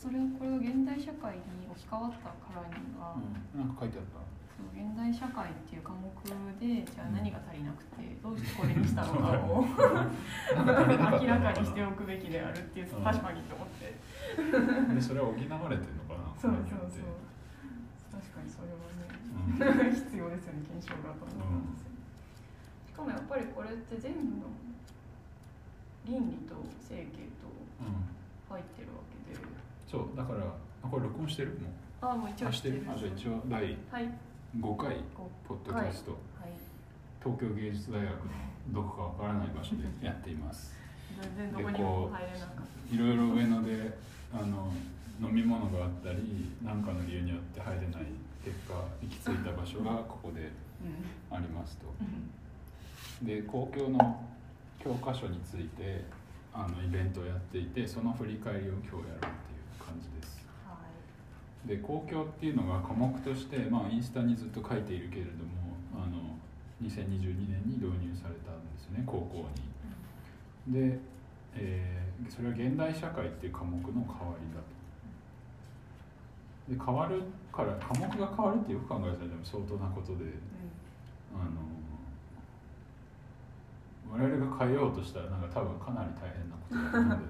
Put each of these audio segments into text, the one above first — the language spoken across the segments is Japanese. それこれが現代社会に置き換わったからには、うん、なんか書いてあったその現代社会っていう科目でじゃあ何が足りなくてどうしてこれにしたのか を明らかにしておくべきであるっていううん確かにと思ってでそれは補われてるのかなそうそうこれによってそう確かにそれはねうん必要ですよね検証がと思うんですよ、しかもやっぱりこれって全部の倫理と整形とうん入ってるわけでそうだからあこれ録音してるもうああもう一応あしてるあじゃあ一応第はい5回こポッドキャスト、うはい東京芸術大学のどこかわからない場所でやっています全然どこにも入れなかったいろいろ上野であの飲み物があったり何かの理由によって入れない結果行き着いた場所がここでうんありますとで公共の教科書についてあのイベントをやっていてその振り返りを今日やろうっていう感じですはいで公共っていうのが科目として、まあ、インスタにずっと書いているけれどもあの2022年に導入されたんですね高校に。で、えーそれは現代社会っていう科目の代わりだと。で変わるから科目が変わるってよく考えたらでも相当なことであの我々が変えようとしたらなんか多分かなり大変なことだと思うんだ よ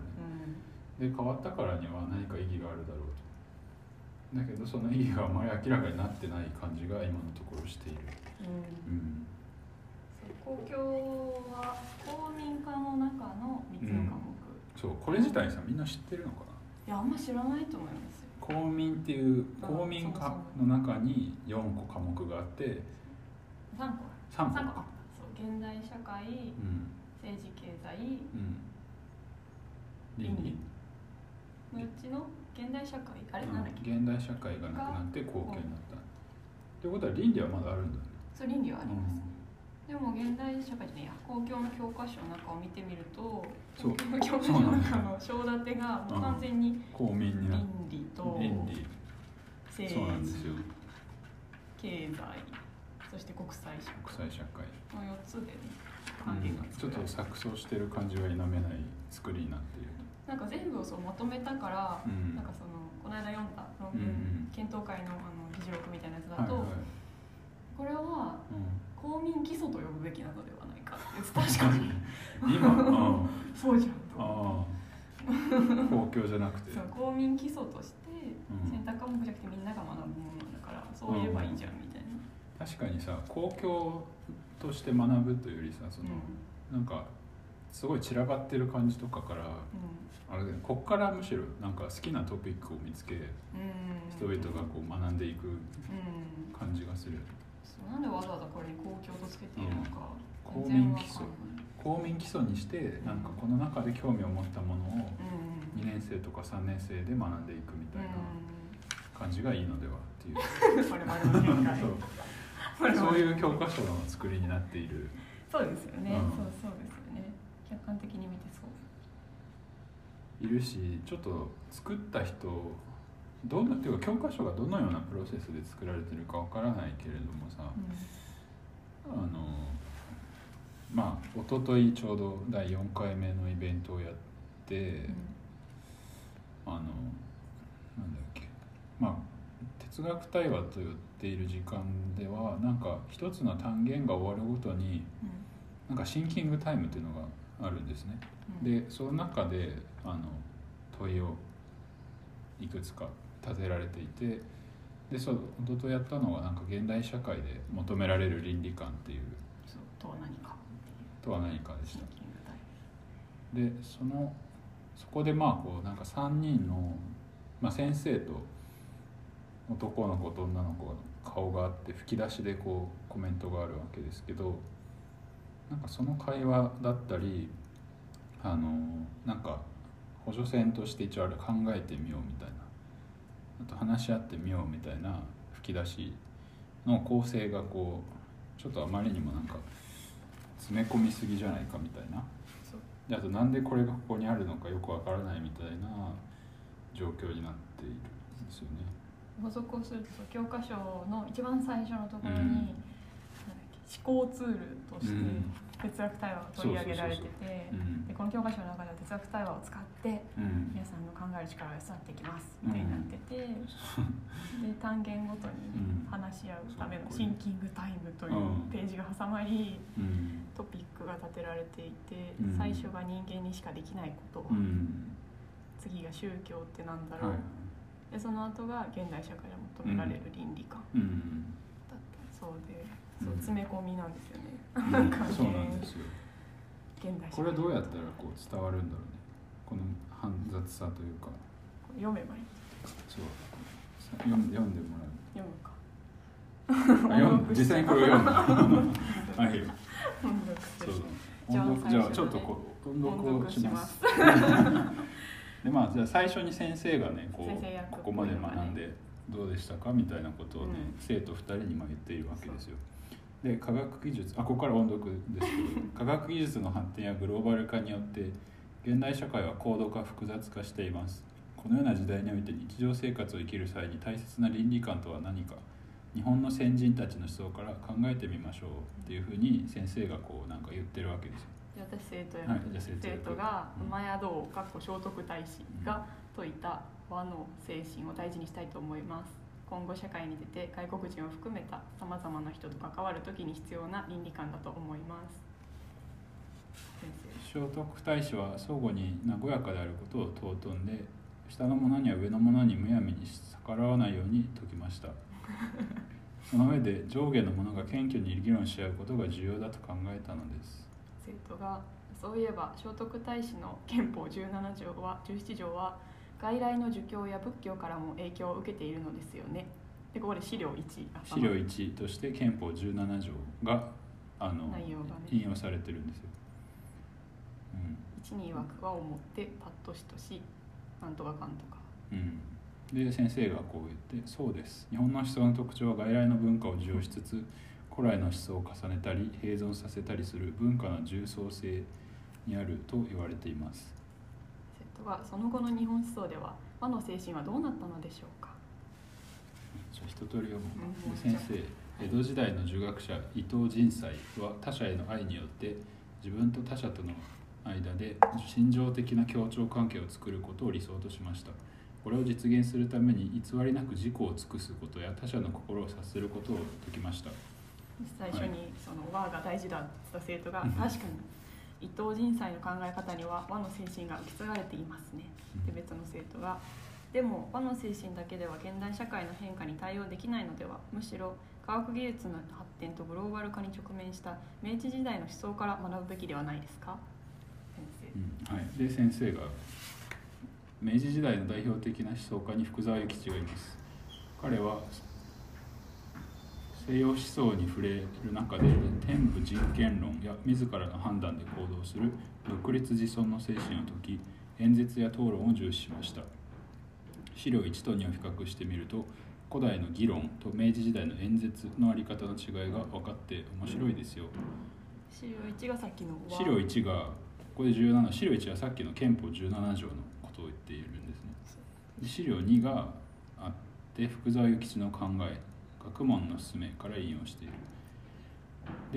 ね。うで変わったからには何か意義があるだろうとだけどその意義があまり明らかになってない感じが今のところしている、んうんうん、公共は公民館の中の3つの科目、いそうこれ自体さみんな知ってるのかなやあんま知らないと思いますよ公民っていうあ公民そう科の中に4個科目があって3個3個三個かそう現代社会うん政治経済うん倫理のうちの現代社会あれうんなんだっけ現代社会がなくなって公共になったってことは倫理はまだあるんだよねそう倫理はあります、うんでも現代社会じゃないや公共の教科書の中を見てみるとそう公共の教科書の中の章立てがもう完全に公民になっ倫て理と倫理そうなん政で治すよ経済そして国際社国際社会会の4つでね関係がちょ作っられとて錯綜してる感じが否めない作りになっている、なんか全部をそうまとめたから、うんなんかそのこの間読んだ論うんうん文、検討会のあの議事録みたいなやつだと、はいはいこれはう公民基礎と呼ぶべきなのではないかって 確か にん、今、うん、そうじゃんとああ公共じゃなくてそう公民基礎としてうん選択科目じゃなくてみんなが学ぶものなんだからそう言えばいいじゃんみたいな、確かにさ公共として学ぶというよりさその、うなんかすごい散らばってる感じとかからあれだよねこっからむしろなんか好きなトピックを見つけんうん、人々がこう学んでいくうん感じがするそうなんでわざわざこれに公共とつけているのか、うん全然わかんない公民基礎公民基礎にしてなんかこの中で興味を持ったものをうん2年生とか3年生で学んでいくみたいなう感じがいいのではっていうん、我々の見解そうそういう教科書の作りになっているそうですよね、うんそうそうですよね客観的に見てそういるしちょっと作った人どんなっていうか教科書がどのようなプロセスで作られてるかわからないけれどもさうあのまあ一昨日ちょうど第4回目のイベントをやって、んあのなんだっけまあ哲学対話と言っている時間ではなんか一つの単元が終わるごとになんかシンキングタイムっていうのがあるんですね。うんうんでその中であの問いをいくつか立てられていてでそう一昨日やったのはなんか現代社会で求められる倫理観っていうそうとは何かっていうとは何かでしシたン。キングタイでそのそこでまあこうなんか3人の、まあ、先生と男の子と女の子の顔があって吹き出しでこうコメントがあるわけですけどなんかその会話だったりあのなんか補助線として一応あれ考えてみようみたいなあと話し合ってみようみたいな吹き出しの構成がこうちょっとあまりにもなんか詰め込みすぎじゃないかみたいなそうであとなんでこれがここにあるのかよくわからないみたいな状況になっているんですよね。補足をするとそう教科書の一番最初のところに、うなんんだっけ思考ツールとしてうん哲学対話が取り上げられててうんでこの教科書の中では哲学対話を使ってうん皆さんの考える力を養っていきますみたいになってて、で単元ごとうんに話し合うためのそうシンキングタイムというページが挟まりうんトピックが立てられていて、うん最初が人間にしかできないこと、うん次が宗教ってなんだろう、はいでその後が現代社会で求められる倫理観うんだったそうで、うんそう詰め込みなんですよね、うん関係そう なんですよ現代社会これはどうやったらこう伝わるんだろうねこの煩雑さというか読めばいいそうさ読ん読んでもらう 読むかあ読ん実際にこれを 読むはい音読すそうるだじゃあ音読じゃあ最初のねちょっとこう音音読を読ししまますすでまあじゃあ最初に先生がねこ先生う役ここまで学んでどうでしたかみたいなことをね、うん生徒2人にまあ言っているわけですよ。で科学技術あここから音読ですけど 科学技術の発展やグローバル化によって現代社会は高度化複雑化しています。このような時代において日常生活を生きる際に大切な倫理観とは何か日本の先人たちの思想から考えてみましょうっていうふうに先生がこうなんか言ってるわけですよ。で私生徒はやい、じゃあ生徒生役徒がうん馬宿をかっこ聖徳太子が説いた和の精神を大事にしたいと思います今後社会に出て外国人を含めたさまざまな人と関わる時に必要な倫理観だと思います先聖徳太子は相互に和やかであることを尊んで下の者には上の者にむやみに逆らわないように説きましたその上で上下の者が謙虚に議論し合うことが重要だと考えたのです生生徒がそういえば聖徳太子の憲法17条は17条は外来の儒教や仏教からも影響を受けているのですよねでここで資料1資料1として憲法17条があの内容がね引用されてるんですよ、 1にはくわを持ってパッとしとしなんとかかんとかうんうん、で先生がこう言って「そうです日本の思想の特徴は外来の文化を受容しつつ古来の思想を重ねたり併存させたりする文化の重層性にあると言われています」セットがその後の日本思想では和の精神はどうなったのでしょうかじゃあ一通り読むうん先生江戸時代の儒学者伊藤仁斎は他者への愛によって自分と他者との間で心情的な協調関係を作ることを理想としましたこれを実現するために偽りなく自己を尽くすことや他者の心を察することを説きました最初にその和が大事だって言った生徒が確かに伊藤仁斎の考え方には和の精神が受け継がれていますねで別の生徒がでも和の精神だけでは現代社会の変化に対応できないのではむしろ科学技術の発展とグローバル化に直面した明治時代の思想から学ぶべきではないですか先うんはい、で先生が明治時代の代表的な思想家に福沢諭吉がいます彼は西洋思想に触れる中で天部人権論や自らの判断で行動する独立自尊の精神を説き演説や討論を重視しました資料1と2を比較してみると古代の議論と明治時代の演説のあり方の違いが分かって面白いですよ生資料1がさっきの和資料1がここで17資料1はさっきの憲法17条のことを言っているんですねで資料2があって福沢諭吉の考え学問の勧めから引用している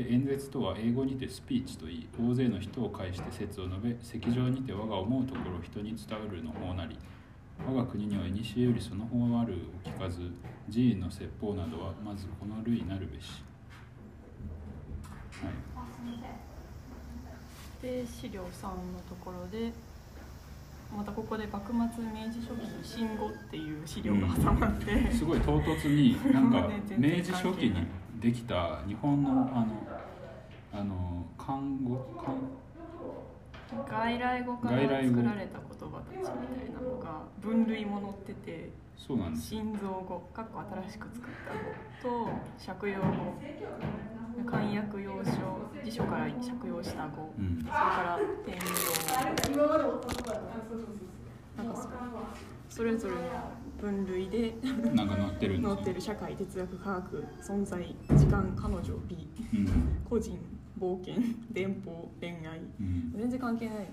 で演説とは英語にてスピーチといい大勢の人を介して説を述べ席上にて我が思うところを人に伝えるの方なり我が国には古よりその方あるを聞かず寺院の説法などはまずこの類なるべし、はい、で資料3のところでまたここで幕末明治初期の新語っていう資料が挟まって、すごい唐突になんかね 全明然治初期にできた日本のあのあの漢語漢外来語から外来語作られた言葉たちみたいなのが分類も載っててそうなんですよ心臓語かっこ新しく作った語と借用語漢訳用書辞書から借用した語うんそれから天領なんかそうそれぞれの分類でなんか載ってるんで載すよってる社会哲学科学存在時間彼女美うん個人冒険伝報恋愛うん、全然関係ない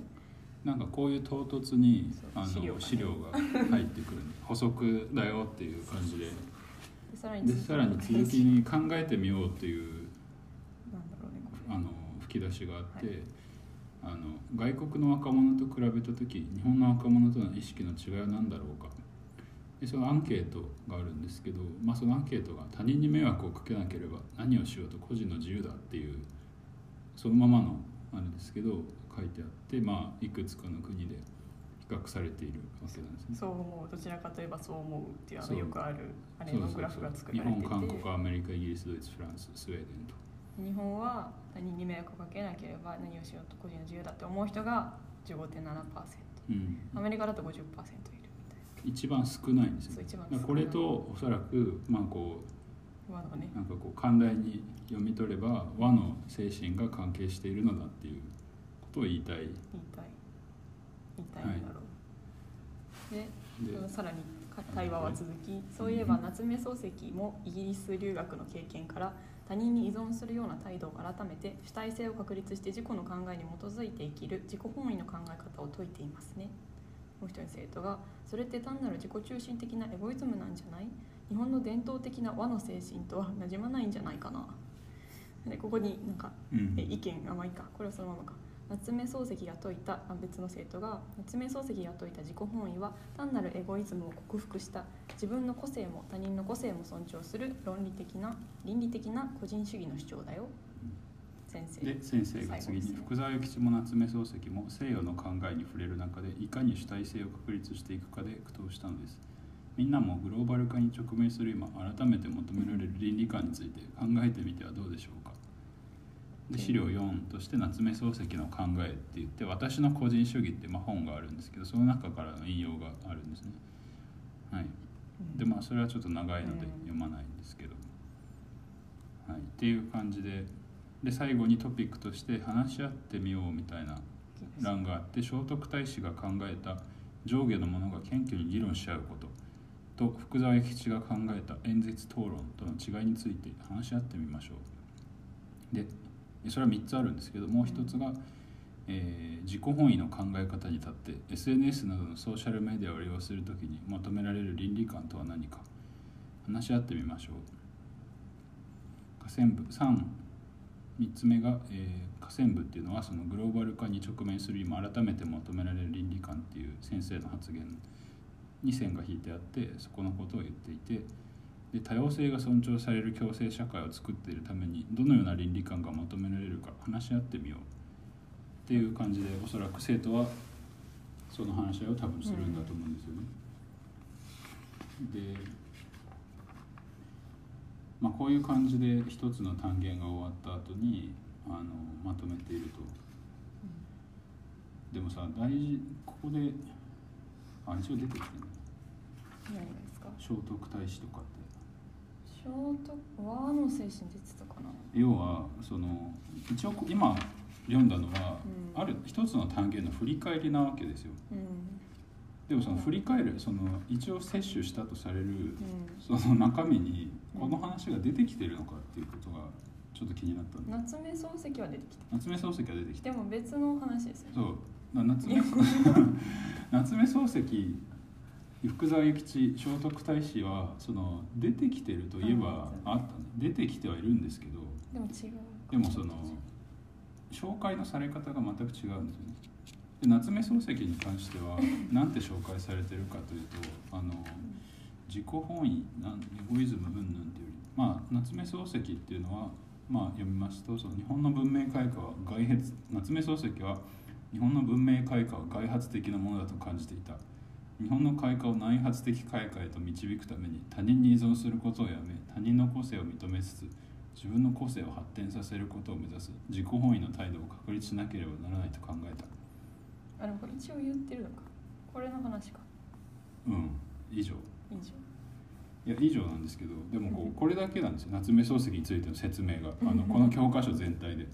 なんかこういう唐突にそうあの資資料料がねが入ってくるんで補足だよっていう感じでさらでさらに続きに考えてみようっていうなんだろうねこあの吹き出しがあって、あの外国の若者と比べた時日本の若者との意識の違いは何だろうかでそのアンケートがあるんですけど、まあ、そのアンケートが他人に迷惑をかけなければ何をしようと個人の自由だっていうそのままのあれですけど書いてあって、まあ、いくつかの国で比較されているわけなんですね。そう思うどちらかといえばそう思うっていうあそのうよくあるあれそうのそうグラフがそう作日られて本て韓国アメリカイギリスドイツフランススウェーデンと日本は他人に迷惑をかけなければ何をしようと個人の自由だって思う人が15.7%うん、アメリカだと50%いるみたい一番少ないんですそうね一番だからこれとおそらくまあこなワードねうなんかこう寛大に読み取れば和の精神が関係しているのだっていうことを言いたいで言いたい言いたいんだろう、でそのさらにか対話は続きそういえば夏目漱石もイギリス留学の経験から他人に依存するような態度を改めて主体性を確立して自己の考えに基づいて生きる自己本位の考え方を説いていますねもう一人の生徒がそれって単なる自己中心的なエゴイズムなんじゃない日本の伝統的な和の精神とはなじまないんじゃないかなでここになんかうんえ意見がまあいいかこれはそのままか夏目漱石が説いたあ別の生徒が夏目漱石が説いた自己本位は単なるエゴイズムを克服した自分の個性も他人の個性も尊重する論理的な倫理的な個人主義の主張だよ先生で先生が次最後ですにね福沢諭吉も夏目漱石も西洋の考えに触れる中でいかに主体性を確立していくかで苦闘したのですみんなもグローバル化に直面する今改めて求められる倫理観について考えてみてはどうでしょうかで資料4として夏目漱石の考えって言って私の個人主義ってまあ本があるんですけどその中からの引用があるんですねはいでまあそれはちょっと長いのでうん読まないんですけど、はい、っていう感じでで最後にトピックとして話し合ってみようみたいな欄があって聖徳太子が考えた上下の者が謙虚に議論し合うことと福沢諭吉が考えた演説討論との違いについて話し合ってみましょうでそれは3つあるんですけどもう1つが、えー自己本位の考え方に立って SNS などのソーシャルメディアを利用するときに求められる倫理観とは何か話し合ってみましょう河川部3 3つ目が、えー河川部っていうのはそのグローバル化に直面する今改めて求められる倫理観っていう先生の発言に線が引いてあってそこのことを言っていてで多様性が尊重される共生社会を作っているためにどのような倫理観が求められるか話し合ってみようっていう感じでおそらく生徒はその話し合いを多分するんだと思うんですよね。でまあ、こういう感じで一つの単元が終わった後にあのまとめていると、でもさ大事ここであ一応出てきてる何がですか聖徳太子とかって聖徳和の精神出てたかな要はその一応こ今読んだのは、うんある一つの単元の振り返りなわけですようんでもその振り返るその一応摂取したとされるうその中身にこの話が出てきてるのかっていうことがちょっと気になったんんで夏目漱石は出てき夏目漱石が出てきてたでも別の話ですよねそうな 夏目夏目漱石福沢諭吉聖徳太子はその出てきてるといえばうんあったね出てきてはいるんですけどでも違うでもその紹介のされ方が全く違うんですよねで夏目漱石に関してはなんて紹介されてるかというとあの自己本位なんエゴイズム云々っていうより、まあ、夏目漱石っていうのは、まあ、読みますとその日本の文明開化は外発夏目漱石は日本の文明開化は外発的なものだと感じていた日本の開化を内発的開化へと導くために他人に依存することをやめ他人の個性を認めつつ自分の個性を発展させることを目指す自己本位の態度を確立しなければならないと考えたあでもこれ一応言ってるのかこれの話かうん以上以 上いや以上なんですけどでもこうんうこれだけなんですよ夏目漱石についての説明があのうんこの教科書全体で。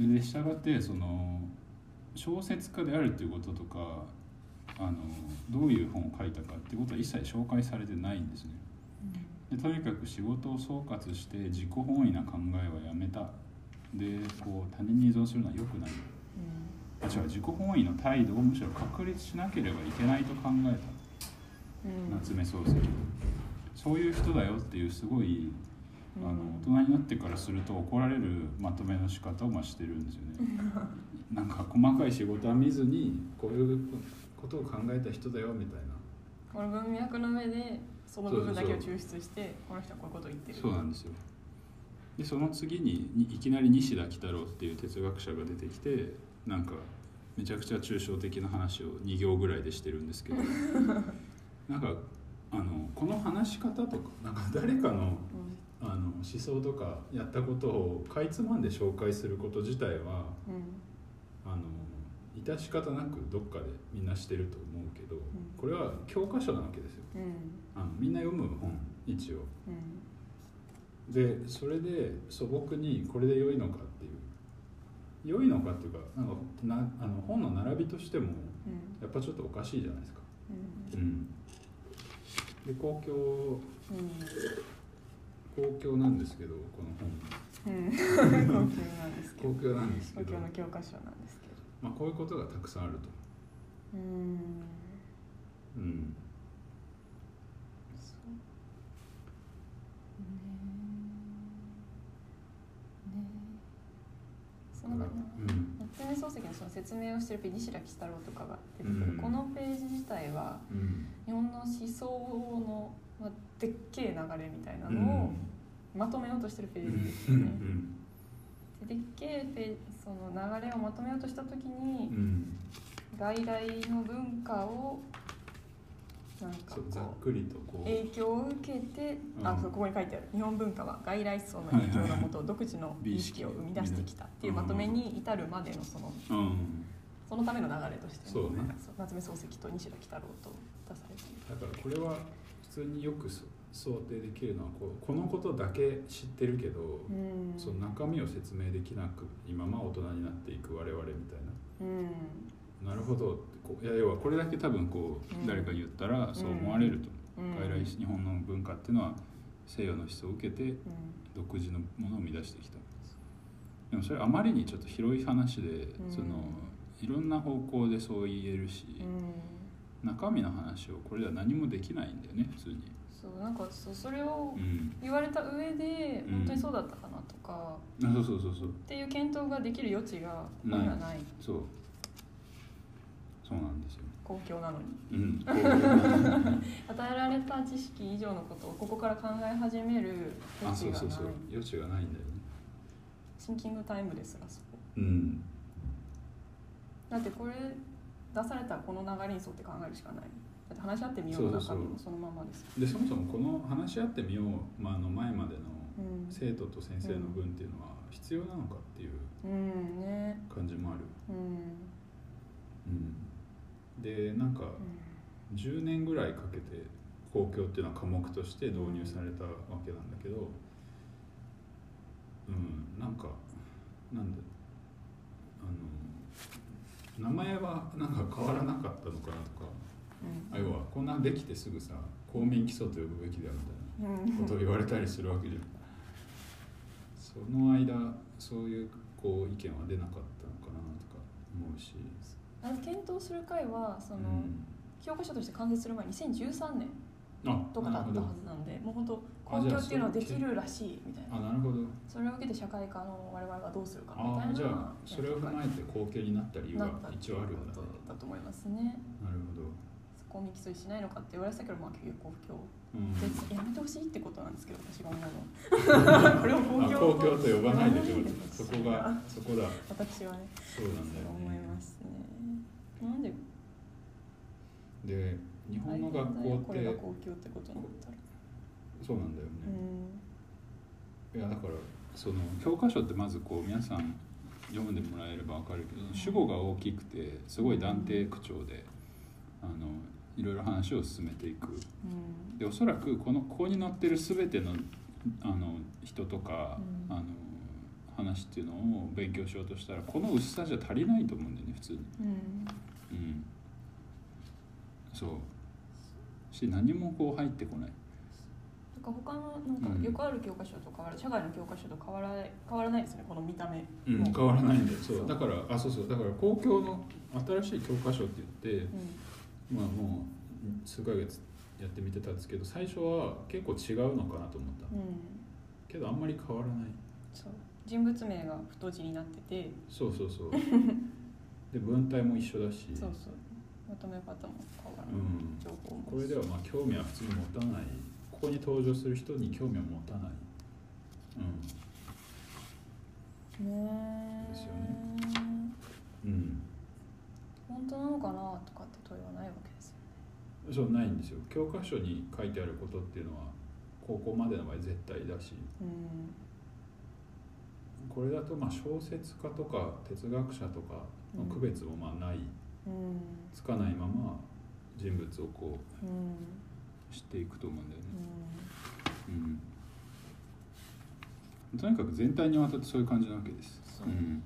で従ってその小説家であるということとかあのどういう本を書いたかってことは一切紹介されてないんですね。でとにかく仕事を総括して自己本位な考えはやめたでこう他人に依存するのは良くないあ違う自己本位の態度をむしろ確立しなければいけないと考えたうんうん夏目漱石そういう人だよっていうすごいあの大人になってからすると怒られるまとめの仕方をまあしてるんですよねなんか細かい仕事は見ずにこういうことを考えた人だよみたいなこの文脈の上でその部分だけを抽出してこの人はこういうことを言ってるそうなんですよでその次ににいきなり西田喜太郎っていう哲学者が出てきてなんかめちゃくちゃ抽象的な話を2行ぐらいでしてるんですけどなんかあのこの話し方とかなんか誰かのあの思想とかやったことをかいつまんで紹介すること自体うはんうんあの致し方なくどっかでみんなしてると思うけど、んこれは教科書なわけですようんあのみんな読む本一応うんでそれで素朴にこれで良いのかっていう良いのかっていうかなんかなあの本の並びとしてもうんやっぱちょっとおかしいじゃないですか、うんうん、で公共うん公共なんですけどこのうん、高級なんですけど本公共なんですけ東ど京、の教科書なんですけどまあ、こういうことがたくさんあると、うーんうん、そうねねそのだからうん夏目漱石のその説明をしてるページ西田喜太郎とかが出てくる、うんこのページ自体はうん日本の思想の、まあ、でっけえ流れみたいなうのをまとめようとしてるページですよね。んででっけえページその流れをまとめようとした時にうん外来の文化をなんかそうざっこくりとこうう、影響を受けて、あうんそうここに書いてある日本文化は外来思想の影響のもと独自 の美意識を生み出してきたっていうまとめに至るまでのそのうん、そのための流れとしてねそうねなんかそう夏目漱石と西田喜太郎と出されている。だからこれは普通によくそ想定できるのはこうこのことだけ知ってるけど、うんその中身を説明できなく今まあ大人になっていく我々みたいうんななるほどこういや要はこれだけ多分こう、うん誰か言ったらそう思われると、うん外来日本の文化っていうのは西洋の思想を受けてうん独自のものを生み出してきたでもそれあまりにちょっと広い話で、んそのいろんな方向でそう言えるし、うん中身の話をこれでは何もできないんだよね普通に、そうなんかそうそれをうん、言われた上でうん本当にそうだったかなとか、あそうそうそうそうっていう検討ができる余地がここにはないそうそうなんですよ、公共なのに うん、こう与えられた知識以上のことをここから考え始めるあ余地そうがそうなそうい余地がないんだよねシンキングタイムですがそこうんだってこれ出されたこの流れに沿って考えるしかないだって話し合ってみようの中身もそのままですでそもそもこの話し合ってみよう、まあ、あの前までのうん生徒と先生の分っていうのは必要なのかっていううんね感じもある、うんうん、でなんかう10年ぐらいかけて公共っていうのは科目として導入されたわけなんだけどうんなんかなんだあの名前はなんか変わらなかったのかなとかあ要はこんなんできてすぐさ公民基礎と呼ぶべきだみたんうんいなことを言われたりするわけじゃんその間そういうこう意見は出なかったのかなとか思うしあの検討する会はその、うん教科書として完成する前に2013年あとかだったはずなんでもう本当公共っていうのはできるらしいみたいなあなるほどそれを受けて社会科の我々がどうするかみあたいあなじゃあそれを踏まえて後継になった理由ながったって一いう応あこるんだねとだと思いますねなるほどそこを見競いしないのかって言われてたけどまあ結局公うん共でやめてほしいってことなんですけど私が思うのこれを公あ共公共と呼ばないでってこ呼ばないでとそこがそこだ私はねそうなんだよ思いねますねなんでで日本の学校こっれがて公共ってことになったらそうなんだよねうんいやだからその教科書ってまずこう皆さん読んでもらえれば分かるけど主語が大きくてすごい断定口調であのいろいろ話を進めていくうんでおそらくこのここに載ってる全てのあの人とか、うんあの話っていうのを勉強しようとしたらこの薄さじゃ足りないと思うんだよね普通に。うんうん、そうし何もこう入ってこない。なんか他のなんかよくある教科書と変わる、社会の教科書と変わらない変わらないですねこの見た目もうん、うん変わらないんだよそそううだからあそうそうだから公共の新しい教科書って言ってまあもう数ヶ月やってみてたんですけど最初は結構違うのかなと思ったうんけけどあんまり変わらないそう人物名が太字になっててそうそうそう で文体も一緒だしそうそうまとめ方も変わらうない、ん情報もこれではまあ興味は普通に持たないここに登場する人に興味を持たない、ねえですよねうん本当なのかなとかって問いはないわけですようん、そうないんですよ教科書に書いてあることっていうのは高校までの場合絶対だしうんこれだとまあ小説家とか哲学者とかの区別もまあない、うんつかないまま人物をこうんう知っていくと思うんだよねう、うんとにかく全体にわたってそういう感じなわけです。、そううん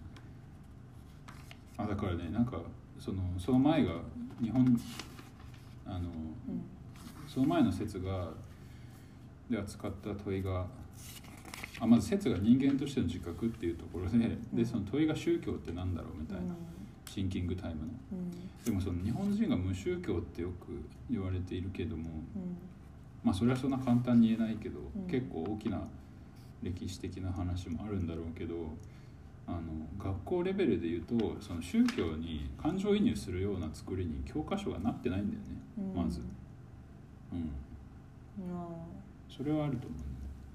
あだからねなんかそのその前が日本あのんうんその前の説がでは使った問いがあまず説が人間としての自覚っていうところででその問いが宗教ってなんだろうみたいなシンキングタイムの。うんでもその日本人が無宗教ってよく言われているけどもうんまあそれはそんな簡単に言えないけど、うん結構大きな歴史的な話もあるんだろうけどあの学校レベルで言うとその宗教に感情移入するような作りに教科書がなってないんだよね、うんまずう、うん、んそれはあると思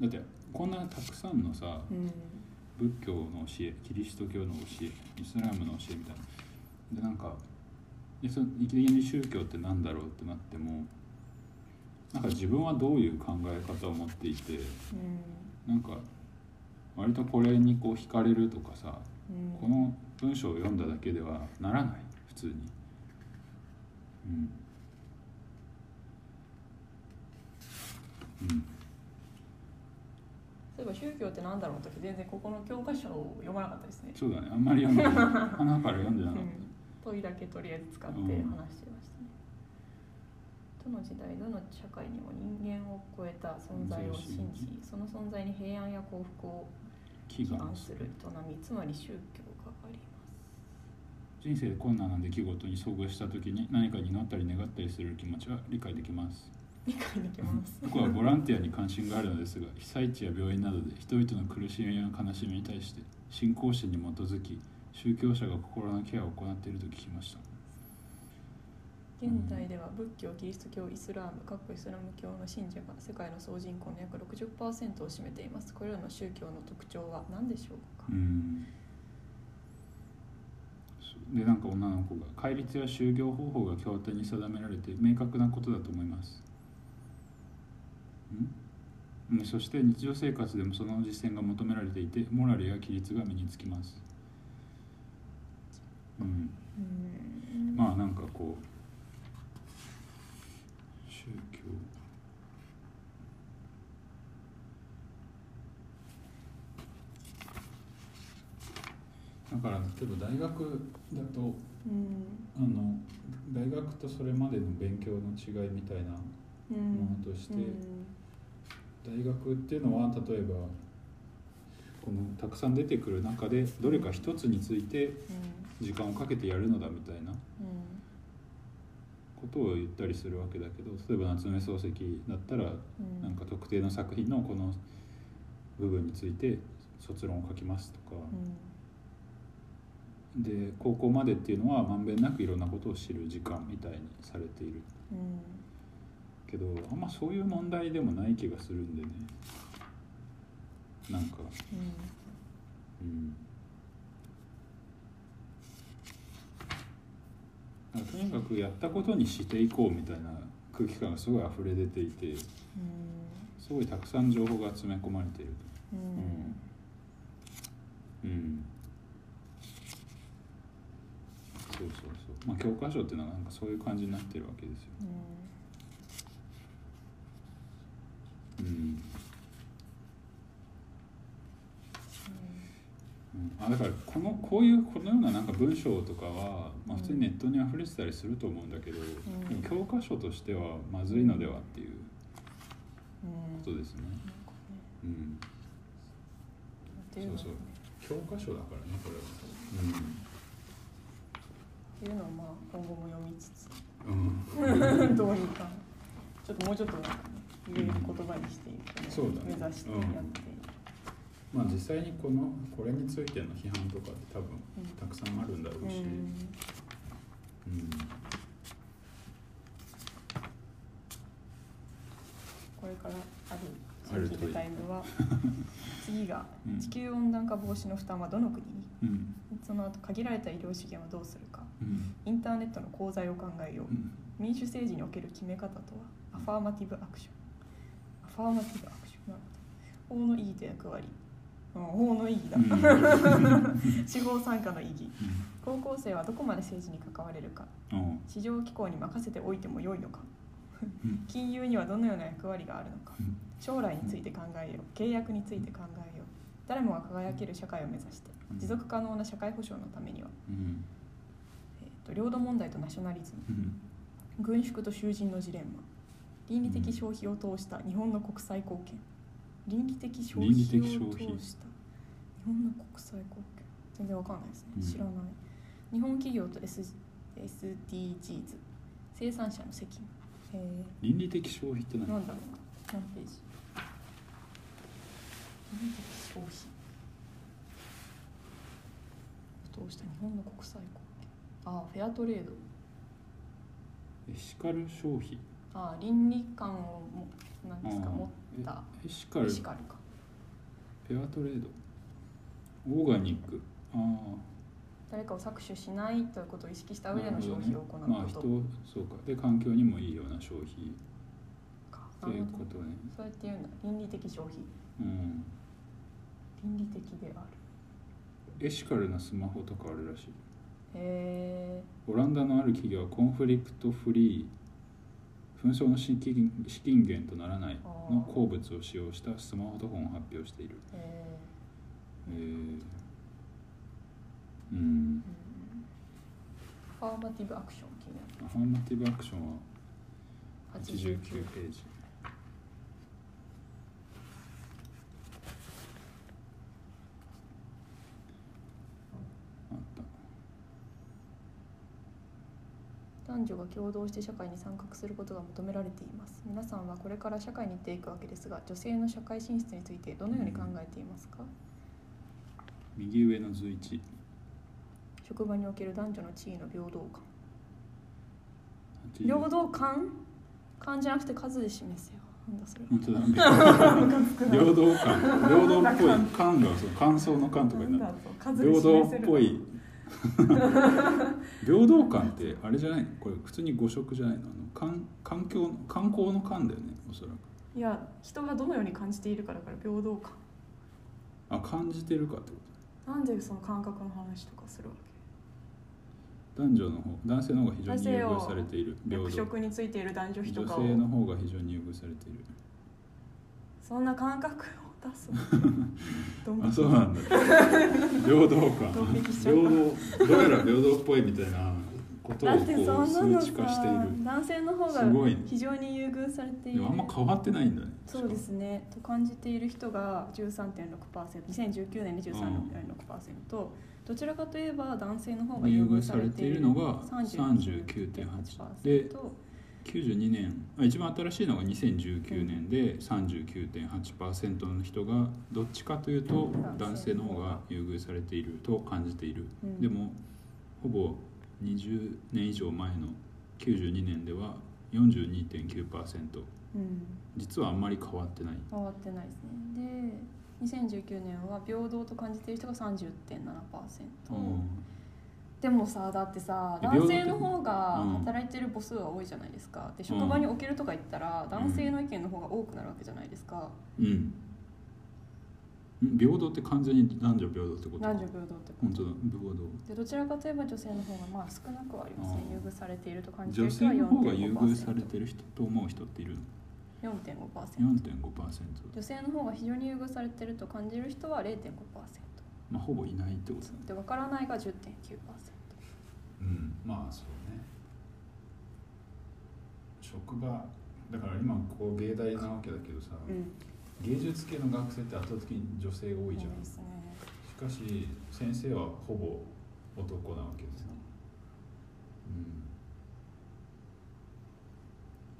うんだよだってこんなたくさんのさ仏教の教えキリスト教の教えイスラムの教えみたいなでなんかでそのいきなり宗教ってなんだろうってなってもなんか自分はどういう考え方を持っていてなんか割とこれにこう惹かれるとかさうんこの文章を読んだだけではならない普通にうんうんそういえば宗教ってなんだろうの時全然ここの教科書を読まなかったですねそうだねあんまり読んでない花から読んでなかっ問いだけとりあえず使ってうん話してましたね、どの時代どの社会にも人間を超えた存在を信じその存在に平安や幸福をた気祈が願 する営みつまり宗教があり人生で困難な出来事に遭遇した時に何かになったり願ったりする気持ちは理解できますます理解できます僕はボランティアに関心があるのですが被災地や病院などで人々の苦しみや悲しみに対して信仰心に基づき宗教者が心のケアを行っていると聞きました現代では仏教キリスト教イスラーム各イスラム教の信者が世界の総人口の約60%を占めていますこれらの宗教の特徴は何でしょうか、うんでなんか女の子が戒律や就業方法が教典に定められて明確なことだと思いますんうんそして日常生活でもその実践が求められていてモラルや規律が身につきますうんうんまあなんかこう宗教だから例えば大学だとうんあの大学とそれまでの勉強の違いみたいなうんものとしてうん大学っていうのは例えばこのたくさん出てくる中でどれか一つについて時間をかけてやるのだみたいなうんことを言ったりするわけだけど例えば夏目漱石だったらうんなんか特定の作品のこの部分について卒論を書きますとか、うんで高校までっていうのはまんべんなくいろんなことを知る時間みたいにされているうんけどあんまそういう問題でもない気がするんでねなんかうんうん。なんかとにかくやったことにしていこうみたいな空気感がすごい溢れ出ていてすごいたくさん情報が詰め込まれているうんうんうんそうそうそうまあ教科書っていうのはなんかそういう感じになってるわけですようんうん、うん、あだからこのこういうこのようななんか文章とかは、まあ、普通にネットに溢れてたりすると思うんだけど、んでも教科書としてはまずいのではっていううんことですね、なんかねうん、なんていうのそうそう教科書だからねこれはっていうのをまあ今後も読みつつうん、うんどうにかちょっともうちょっとなんかね言える言葉にしていくのをそうだね目指してやっていまあ実際にこのこれについての批判とかって多分うんたくさんあるんだろうし、うんこれからああるる新といい規タイムは次がうん地球温暖化防止の負担はどの国にうんその後限られた医療資源はどうするかうんインターネットの功罪を考えよううん民主政治における決め方とはアファーマティブアクションアファーマティブアクションなるほど法の意義と役割あ法の意義だ、 司法参加の意義高校生はどこまで政治に関われるかうん市場機構に任せておいてもよいのかうん金融にはどのような役割があるのかうん将来について考えよう契約について考えよう誰もが輝ける社会を目指してうん持続可能な社会保障のためには、うんえーと領土問題とナショナリズムうん軍縮と囚人のジレンマ倫理的消費を通した日本の国際貢献倫理的消費を倫理的消費通した日本の国際貢献全然わかんないですね、うん知らない日本企業と S SDGs 生産者の責務、え倫理的消費ってー、な何んだろうな何ページ倫理的消費を通した日本の国際貢献ああフェアトレードエシカル消費ああ倫理観をもなんですかうん持ったエシカルエフシカルかェアトレードオーガニックああ誰かを搾取しないということを意識した上でのなる消ほどね費を行まあう人ことそうかで環境にもいいような消費っか、てないるうほこどとねそうやって言うんだ倫理的消費うん倫理的であるエシカルなスマホとかあるらしいへえオランダのある企業はコンフリクトフリー紛争の資金資金源とならないの鉱物を使用したスマートフォンを発表しているへええーうんうんアファーマティブアクション気になるアファーマティブアクションは89 89ページあった男女が共同して社会に参画することが求められています皆さんはこれから社会に出ていくわけですが女性の社会進出についてどのように考えていますか、右上の図1職場における男女の地位の平等感80平等感感じゃなくて数で示せよなんだそれは本 当だ平等感平等っぽい感がその感想の感とかになる平等っぽい平等感ってあれじゃないのこれ普通に誤植じゃないのあの環環境の観光の感だよねおそらくいや人がどのように感じているかだから平等感あ感じてるかってこなんでその感覚の話とかするわと男女の方男性の方が非常男に性優を遇されているけ平 役等職についている男女比と女か性のを方が非常に優遇されているそんな感覚を出す ドンあ引きそう なんだ平等感ドン引きしちゃ平うか等どうやら平等っぽいみたいなことをだこってそんうなの数値化していさる男性の方すごがいね非常に優遇されていでるもあんま変わってないんだねそうですねと感じている人が 13.6%2019 年で13.6%、どちらかといえば男性の方が優優遇遇さされれてていいるるのが39.8% 39.8で92年あ一番新しいのが2019年で39.8%の人がどっちかというと男男性性のの方方がが優遇されていると感じている、うんでもほぼ20年以上前の92年では42.9%うん、実はあんまり変わってない変わってないですねで2019年は平等と感じている人が30.7%、うんでもさだってさえ平男等って性の方がうん働いてる母数は多いじゃないですかで職場におけるとか言ったら男性の意見の方が多くなるわけじゃないですか、うんん平等って完全に男女平等ってこと男女平等ってこと本当だ平等でどちらかといえば女性の方がまあ少なくはありますねあー優遇されていると感じてい女る人は性の方が優遇され4.5%てる人と思う人っているの4.5% 4.5%、女性の方が非常に優遇されていると感じる人は0.5%まあ、ほぼいないってことだねでわからないが10.9%うんまあそうね職場だから今こう芸大なわけだけどさ、うん芸術系の学生って圧倒的に女性が多いじゃん、ですねしかし先生はほぼ男なわけですよ、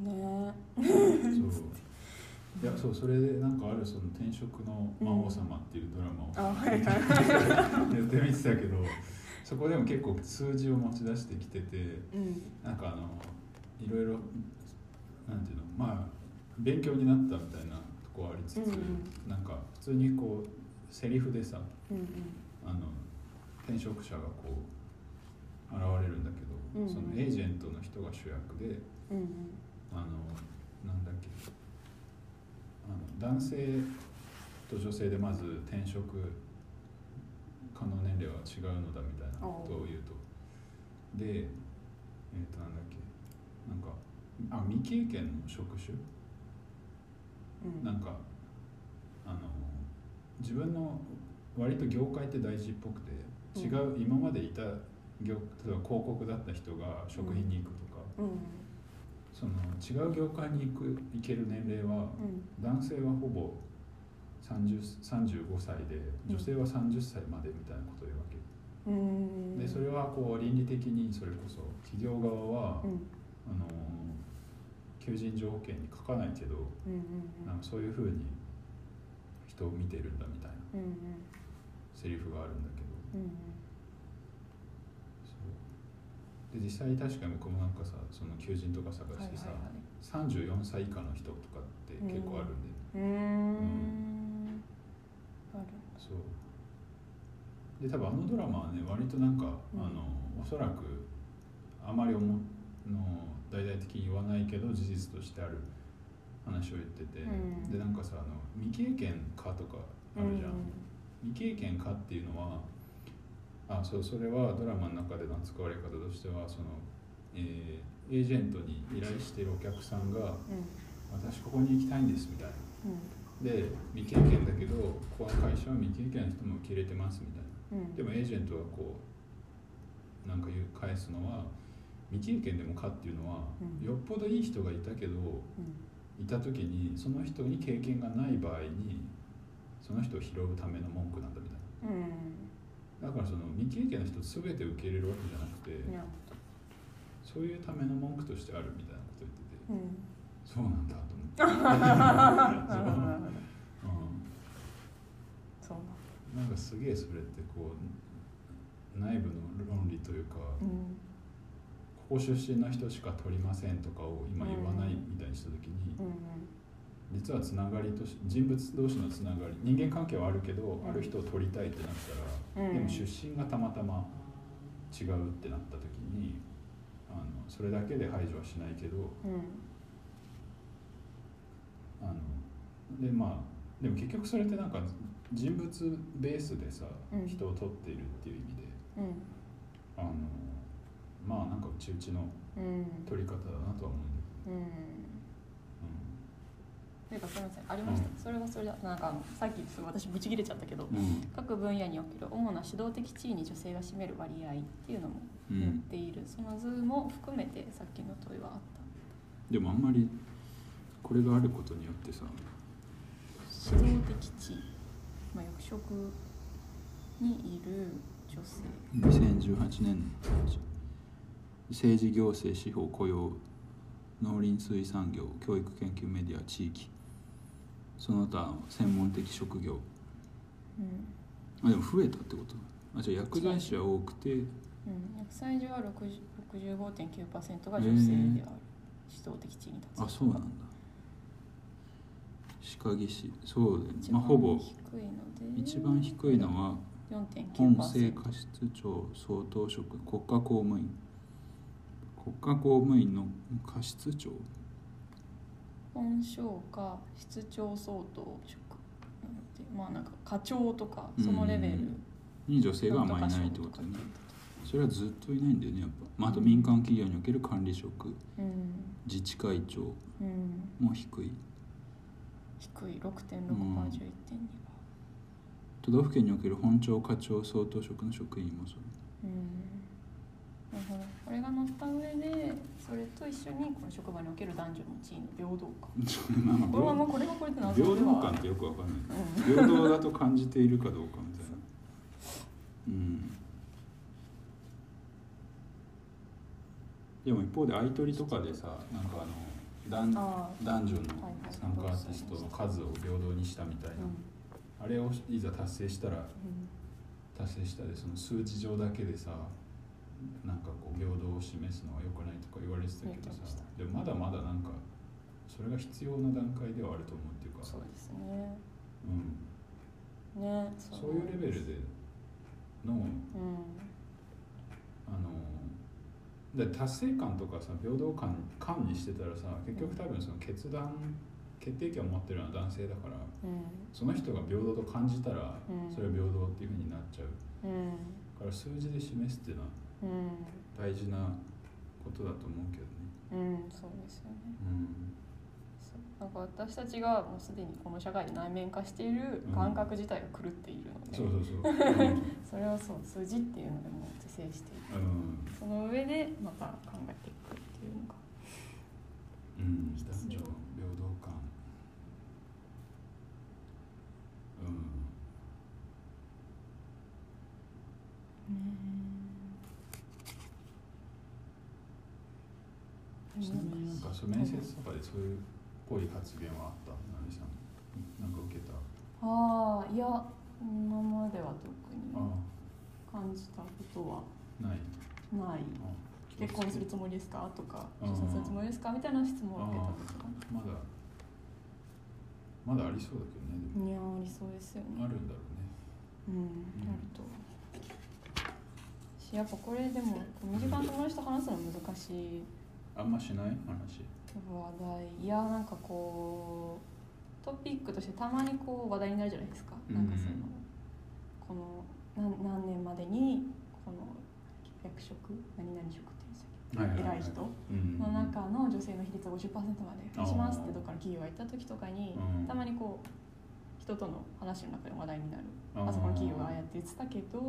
ねえうん、そういやそうそれでなんかあるその転職の魔王様っていうドラマあを、はいはいやってみてたけどそこでも結構数字を持ち出してきててうんなんかあのいろいろなんていうのまあ勉強になったみたいなとこはありつつ、うんうなんか普通にこうセリフでさうんあの転職者がこう現れるんだけど、うんうんそのエージェントの人が主役でうんうんあのなんだっけあの男性と女性でまず転職可能年齢は違うのだみたいなことを言うとでえっ、となんだっけなんかあ未経験の職種うんなんかあの自分の割と業界って大事っぽくて違う、今までいた業例えば広告だった人が食品に行くとか、うんその違う業界に行く行ける年齢は、うん男性はほぼ30 35歳で女性は30歳までみたいなことを言うわけ、うんでそれはこう倫理的にそれこそ企業側は、うんあの求人条件に書かないけど、うんなんかそういうふうに人を見てるんだみたいなうんうんセリフがあるんだけどうんうんそうで実際に確かに僕もなんかさその求人とか探してさ、34歳以下の人とかって結構あるんで、うーんあるそうで多分あのドラマはね割となんか、うんあのおそらくあまりおもの大々的に言わないけど事実としてある話を言ってて、うんでなんかさあの未経験かとかあるじゃん、未経験かっていうのはあそうそれはドラマの中での扱われ方としてはその、えーエージェントに依頼しているお客さんがう「私ここに行きたいんです」みたいなんうんで未経験だけどここの会社は未経験の人も受け入れてますみたいなうんうんでもエージェントはこうなんか言う返すのは未経験でもかっていうのは、うんよっぽどいい人がいたけどうんいた時にその人に経験がない場合にその人を拾うための文句なんだみたいうんなだからその未経験の人全て受け入れるわけじゃなるなくてそういうための文句としてあるみたいなこと言っててほどうんそうなんだと思って、うん、そうななんかすげえそれってこう内部の論理というか、うんここ出身の人しか取りませんとかを今言わないみたいにした時に、うん実はつながりとし人物同士のつながり人間関係はあるけど、んある人を取りたいってなったら、うんでも出身がたまたま違うってなった時にあのそれだけで排除はしないけどうんあのでまあでも結局それってなんか人物ベースでさ、うん人を取っているっていう意味で。うんあのまあなんかうちうちのうん取り方だなとは思ううんだんけなんかすみませんありました、うんそれはそれだなんかあのさっきすごい私ブチ切れちゃったけどどうん各分野における主な指導的地位に女性が占める割合っていうのもう載っんている、その図も含めてさっきの問いはあったでもあんまりこれがあることによってさ指導的地位、まあ、役職にいる女性2018年政治行政司法雇用農林水産業教育研究メディア地域その他専門的職業うんあでも増えたってことあじゃあ薬剤師は多くてうん、薬剤師は60 65.9%が女性である、指導的地位に立つあそうなんだ歯科技師そうだよね一ま番あほぼ低いので一番低いのは本4.9%政過失庁総統職国家公務員国家公務員の過失庁本省か室長相当職なのでまあなんか課長とかそのレベルに女性があなんんとまりか省いないってとこかとねそれはずっといないんだよねやっぱ、まあ、あと民間企業における管理職うん自治会長うんも低い低い6.6%かうん11.2%都道府県における本庁課長総統職の職員もそう うんなるほどこれが載った上でそれと一緒にこの職場における男女の地位の平等感まあまあこれはもうこれがこれって謎では平等感ってよくわかんない平等だと感じているかどうかみたいなうんでも一方で相取りとかでさなんかあの男あ男女のはいはい参加アーティストの数を平等にしたみたいなー、うんあれをいざ達成したらうん達成したでその数字上だけでさなんかこう平等を示すのは良くないとか言われてたけど言ってまさしたでもまだまだなんかそれが必要な段階ではあると思うっていうかそうですねうん、ねそういうレベルでのうんあので達成感とかさ平等感感にしてたらさ結局多分その決断決定権を持ってるのは男性だからうんその人が平等と感じたらうんそれは平等っていうふうになっちゃううんだから数字で示すっていうのはうん大事なことだと思うけどねうんそうですよねうんそうなんか私たちがもうすでにこの社会で内面化している感覚自体が狂っているので、そうそうそう うん、それをそう数字っていうのでもう是正しているうんその上でまた考えていくっていうのがうん、男女の平等感うんちなみになんかそう面接とかでそういうっぽい発言はあったなみさんなんか受けたあああいや今までは特にあ感じたことはないないあ結婚するつもりですかとかうん出産するつもりですかみたいな質問を受けたことがまだまだありそうだけどねでいやーあもりそうですよねあるんだろうねうんあると思うしやっぱこれでも身近な友達と話すの難しいあんましない話話題いやなんかこうトピックとしてたまにこう話題になるじゃないですか、うんなんかそのこのなん何年までにこの役職何々職っていうんでしたはっけ偉いい人うんの中の女性の比率を50%まで増やしますってどっかの企業が言った時とかにうんたまにこう人との話の中で話題になるあーあそこの企業がああやって言ってたけあど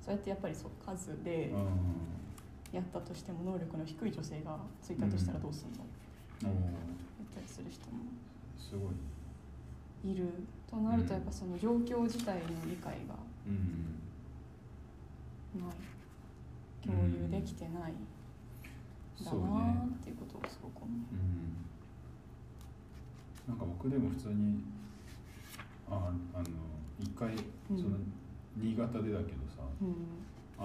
ーそうやってやっぱりそう数うでんおやったとしても能力の低い女性がついたとしたらどうすんの、ー言ったりする人もすごいいるとなるうんとやっぱその状況自体の理解がうんない共有できてないんだそうなねーっていうことをすごく思う。うんなんか僕でも普通にああの一回そうんの新潟でだけどさ、うん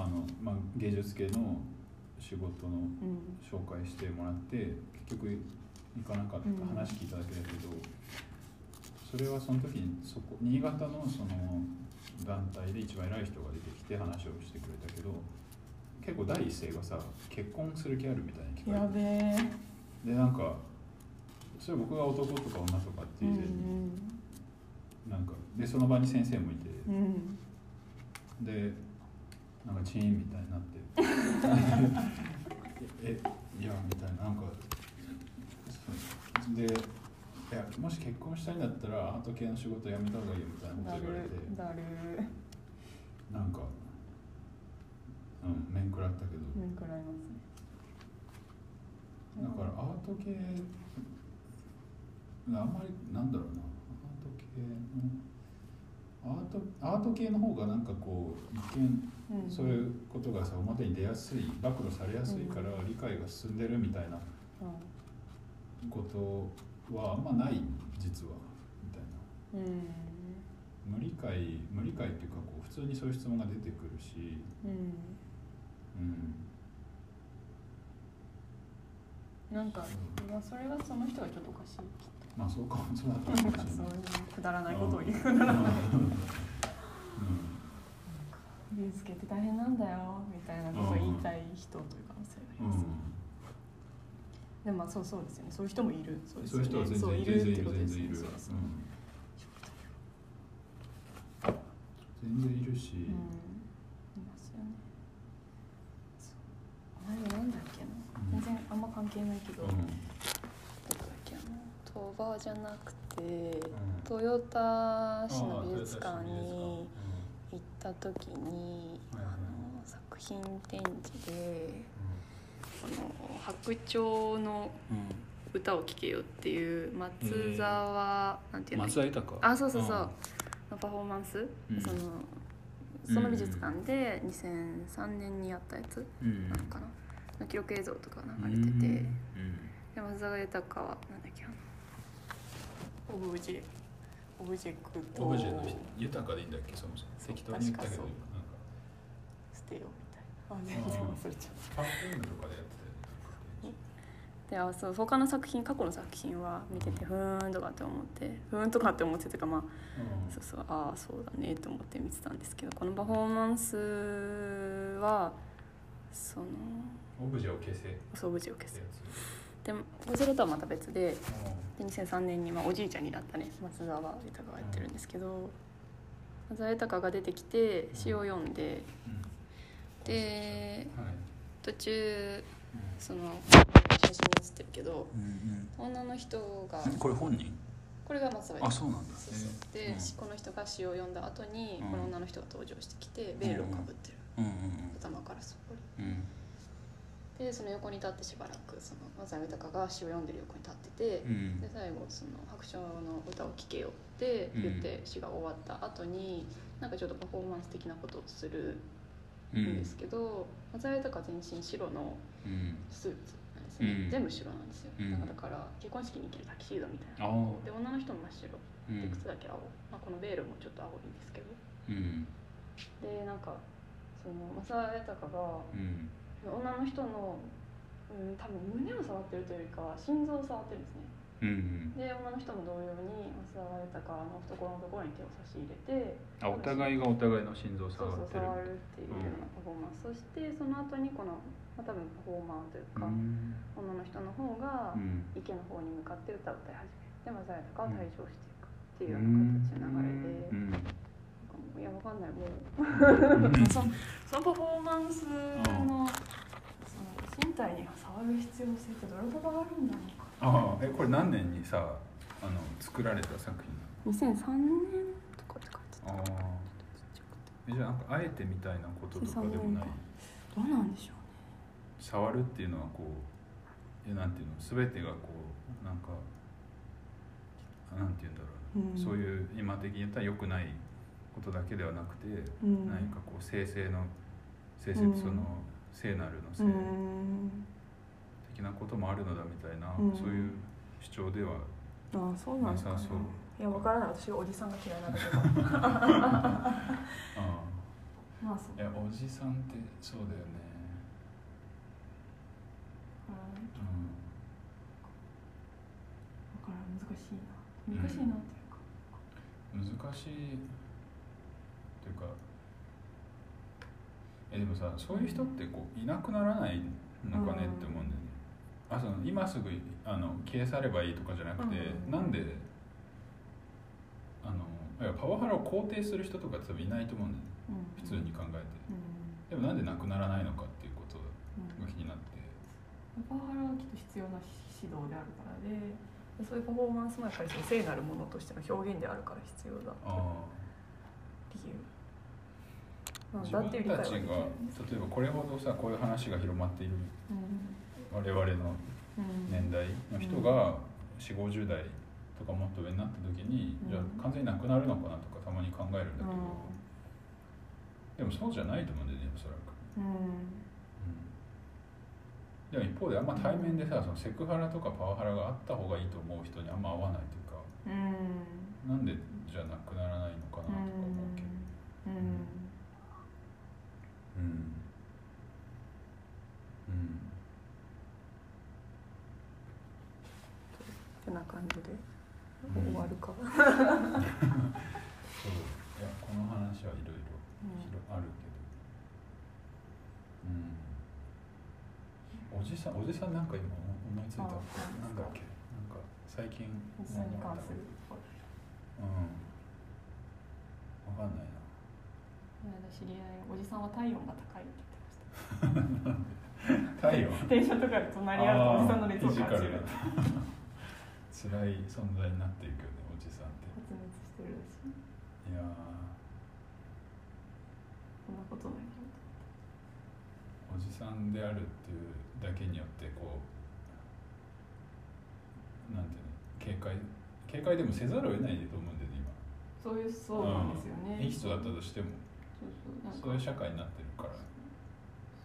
あのまあ、芸術系の仕事のうん紹介してもらって結局行かなかったうん話聞いただけだけど、それはその時にそこ新潟のその団体で一番偉い人が出てきて話をしてくれたけど結構第一声がさ結婚する気あるみたいに聞こえやてべえ。でなんかそれ僕が男とか女とかってういんう以前に、なんかでその場に先生もいてうんうん。でなんかチーンみたいになって えいやみたいななんかそうでいやもし結婚したいんだったらアート系の仕事辞めた方がいいよみたいだなこと言われるてだる。なんかうん面食らったけど、面食らいますね。だからアート系あんまりなんだろうなアート系のアートアート系の方がなんかこう一見うんそういうことがさ表に出やすい暴露されやすいから理解が進んでるみたいなことはあんまない実はみたいうなん。うん。無理解無理解っていうかこう普通にそういう質問が出てくるしうん。うんなんか、まあ、それはその人がちょっとおかしい。まあそうかそうだったなんかもしかれ そうないい。うくだらないことを言う。うんゆうすけって大変なんだよみたいなことを言いたい人という可能性があります、でもまあそうそうですよねそういう人もいるそうですそよういうね人は全そう然いいるるっ全て然いことるで全す然いよねるそうですうねん全然いるし、うんいますよねそうあれなんだっけな全然あんま関係ないけど、うんどこだっけな鳥羽じゃなくてうん豊田市あのあ美術館豊田市にの行った時に美術館うんあはいはいの作品展示であの白鳥の歌を聴けよっていう松沢、なんていうの田豊かあそうそうそう、のパフォーマンス、うんそのその美術館で2003年にやったやつうんなのかな、の記録映像とか流れてて、で山沢豊はなんだっけあのオブジェオブジェクトオブジェの豊かでいいんだっけそもそもそう適当に言ったけど確かなんか捨てようみたいなあ全然忘れちゃっパックンとかでやってたよねであそう他の作品過去の作品は見ててふーんとかって思って ふーんとかって思っててかまあうんそうそうああそうだねと思って見てたんですけどこのパフォーマンスはそのオブジェを消せってや「総無事を消つす」でこちらとはまた別でで2003年に、まあ、おじいちゃんになったね松沢豊がやってるんですけど松沢豊が出てきて詩を読んでうんうんではい途中その写真に写ってるけどうん女の人がうんこれ本人これが松沢あ豊そうなんだそうそうで、うんこの人が詩を読んだ後に、うんこの女の人が登場してきてベールをかぶってる、うんうん頭からそこうんうんにでその横に立ってしばらくその松山豊が詩を読んでる横に立ってて、うんで最後その「白鳥の歌を聴けよ」って言って詩が終わった後に、なんかちょっとパフォーマンス的なことをするうんですけど、松山豊は全身白のうんスーツなんですね、うん全部白なんですよ、うんなんかだから結婚式に着るタキシードみたいなああで女の人も真っ白うでん靴だけ青、まあ、このベールもちょっと青いんですけどうんでなんかその正也豊がうん女の人の、うん、多分胸を触ってるというよりかは心臓を触ってるんですねうんで女の人も同様に正也豊の懐のところに手を差し入れてあお互いがお互いの心臓をそうそう触っ触るっていてるうようなパフォーマンス、そしてその後にこの、まあ、多分パフォーマーといううか、ん女の人の方がうん池の方に向かって歌を歌い始めて正也豊は退場していくっていうような形の流れで。うんいやわかんないもうそのそのパフォーマンスのその身体に触る必要性ってどれほどあるんだろうかああえこれ何年にさあの作られた作2003年とかって書いて品なのああえじゃあなんかあえてみたいなこととかでもないどうなんでしょ触るっていうのはこうえなんていうの全てがこうなんかあなんていうんだろうな、そういう今的に言ったら良くないことだけではなくて、うん何かこう生成の生成ってその、聖なるのた性うん的なこともあるのだみたいな、うんそういう主張ではあそうななのさかなそう。いやわからない私がおじさんが嫌いなだけ どあまあそうあいやおじさんってそうだよね、だからねうだから難しいな難しいなっていうか、ん、難しいっていうかえでもさそういう人ってこういなくならないのかねって思うんだよね、あその今すぐあの消え去ればいいとかじゃなくて、うんなんであのいやパワハラを肯定する人とか多分いないと思うんだよねうん普通に考えて、うんでもなんでなくならないのかっていうことうんが気になって、パワハラはきっと必要な指導であるからででそういうパフォーマンスもやっぱりその聖なるものとしての表現であるから必要だああ理由なん自だ分ってたいちう理が例え解はできないばこれほどさこういう話が広まっているうん我々のうん年代の人が4 5 0代とかもっと上になった時に、うんじゃあ完全になくなるのかなとかたまに考えるんだけど、うでもそうじゃないと思うんだよねおそらく、んでも一方であんま対面でさそのセクハラとかパワハラがあった方がいいと思う人にあんま合わないというかうんうんなんでじゃあなくならないのかなとか思うけど、うんうんうんてな感じでうん終わるか、そういやこの話はいろいろ広あるけどうんおじさんおじさんなんか今思いついたあなんだっけなんか最近おじさんに関するうんわかんないなこの間知り合いおじさんは体温が高いって言ってました太陽電車とかで隣り合うとおじさんの熱を感じるつらい存在になっていくよねおじさんって発熱してるらしいいやーそんなことないけどおじさんであるっていうだけによってこうなんていうの警戒警戒でもせざるを得ないと思うんだよね今そういうそうなんですよね、うんいい人だったとしてもそうそうなんそかういう社会になってるからそ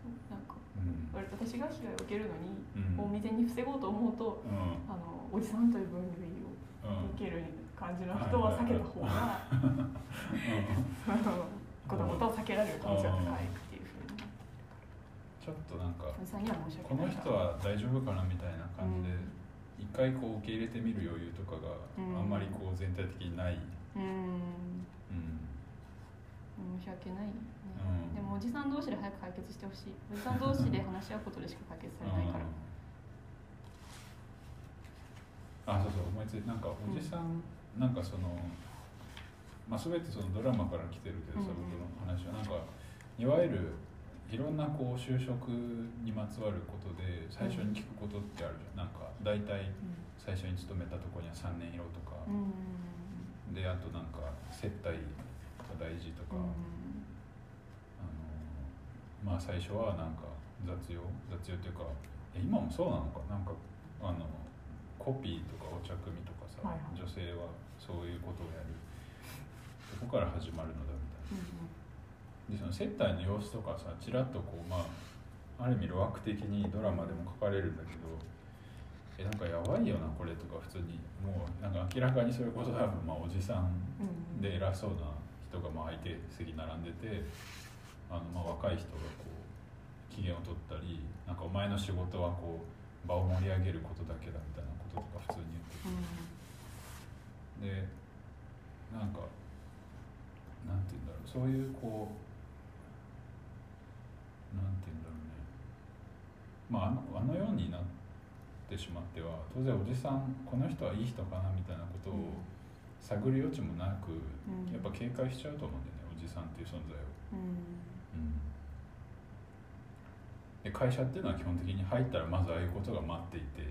うなんかうんう私が被害を受けるのに、んもう未然に防ごうと思うとうんうんあのおじさんという分類を受ける感じの人は避けた方がそのごたごたを避けられる可能性が高いっていうふうにちょっとなんかおじさんには申し訳こないの人は大丈夫かなみたいな感じで一回こう受け入れてみる余裕とかがうんあんまりこう全体的にない、うんうん申し訳ないね、でうんもおじさん同士で早く解決してほしいおじさん同士で話し合うことでしか解決されないからあそうそう思いついなんかおじさん、なんかそのまあ全てそのドラマから来てるけどさ、うんうん僕の話はなんかいわゆるいろんなこう就職にまつわることで最初に聞くことってあるじゃん、なんか大体最初に勤めたところには3年いろとか、うんうんであとなんか接待が大事とか、あのまあ最初はなんか雑用雑用っていうかえ今もそうなのかなんかあのコピーとかお茶組とかさ、はいはい女性はそういうことをやるそこから始まるのだみたいなでその接待の様子とかさちらっとこうまあある意味路惑的にドラマでも書かれるんだけどえなんかやばいよなこれとか普通にもうなんか明らかにそれこそ多分まあおじさんうんうんで偉そうな人がまあ相手席並んでてあのまあ若い人がこう機嫌を取ったりなんかお前の仕事はこう場を盛り上げることだけだみたいなこととか普通に言っててでなんかなんて言うんだろうそういうこうなんて言うんだろうねまああのあのようになってしまっては当然おじさんこの人はいい人かなみたいなことを探る余地もなくうんやっぱ警戒しちゃうと思うんだよねおじさんっていう存在を、で会社っていうのは基本的に入ったらまずああいうことが待っていて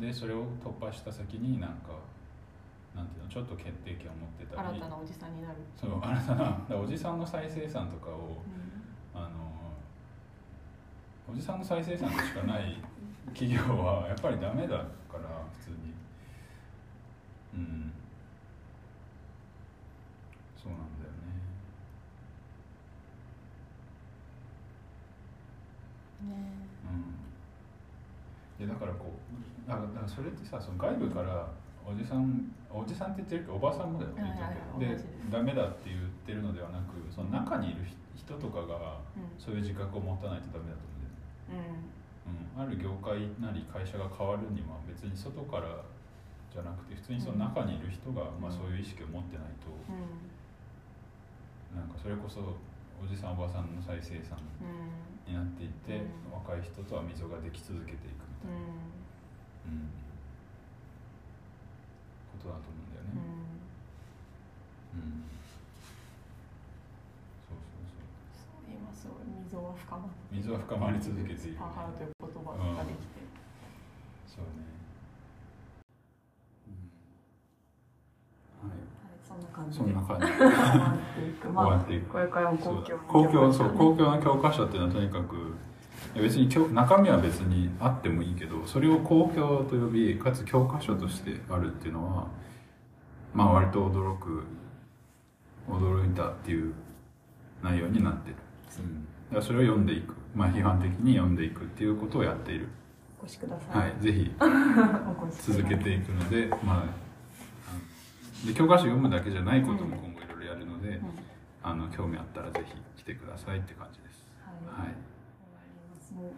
でそれを突破した先になんかなんていうのちょっと決定権を持ってた新りたなおじさんになる、そう新たなだからおじさんの再生産とかをあのおじさんの再生産でしか ない企業はやっぱりダメだから普通にうんそうなんだよねねうん、いやだからこうだからだからそれってさその外部からおじさんおじさんって言ってるけどおばさんもだよはいはいはい同言うじとでこでダメだって言ってるのではなくその中にいる人とかがうそういう自覚を持たないとダメだと思うんんうんだよねうん、ある業界なり会社が変わるには別に外からじゃなくて普通にその中にいる人が、まあ、そういう意識を持ってないと、うなんかそれこそおじさんおばさんの再生産んうんになっていって、うん若い人とは溝ができ続けていくみたういな。うんことだと思うんだよんうね。んうん。そうそうそそう。う今すごい溝は深まって水は深まり続けている、ね。母という言葉ができて、そうね。うんはい。そんな感じそでんな感じ。終わっていく終わまっていくあこれからも公そ共うだ公共そう公共共の教科書っていうのはとにかくいや別に教中身は別にあってもいいけどそれを公共と呼びかつ教科書としてあるっていうのはまあ割と驚く驚いたっていう内容になってる、うん、だからそれを読んでいくまあ批判的に読んでいくっていうことをやっている、お越しくださ、はいい、ぜひお越しください続けていくので、まああの、で教科書読むだけじゃないことも今後いろいろやるので、うんはいあの興味あったらぜひ来てくださいって感じです。は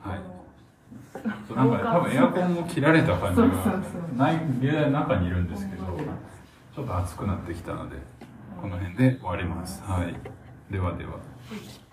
終わい。りますもうはいあのそうなんかね多分エアコンも切られた感じそうそうそうがない部屋の中にいるんですけどそうなんだちょっと暑くなってきたのでこの辺で終わります。はい。ではでは。はい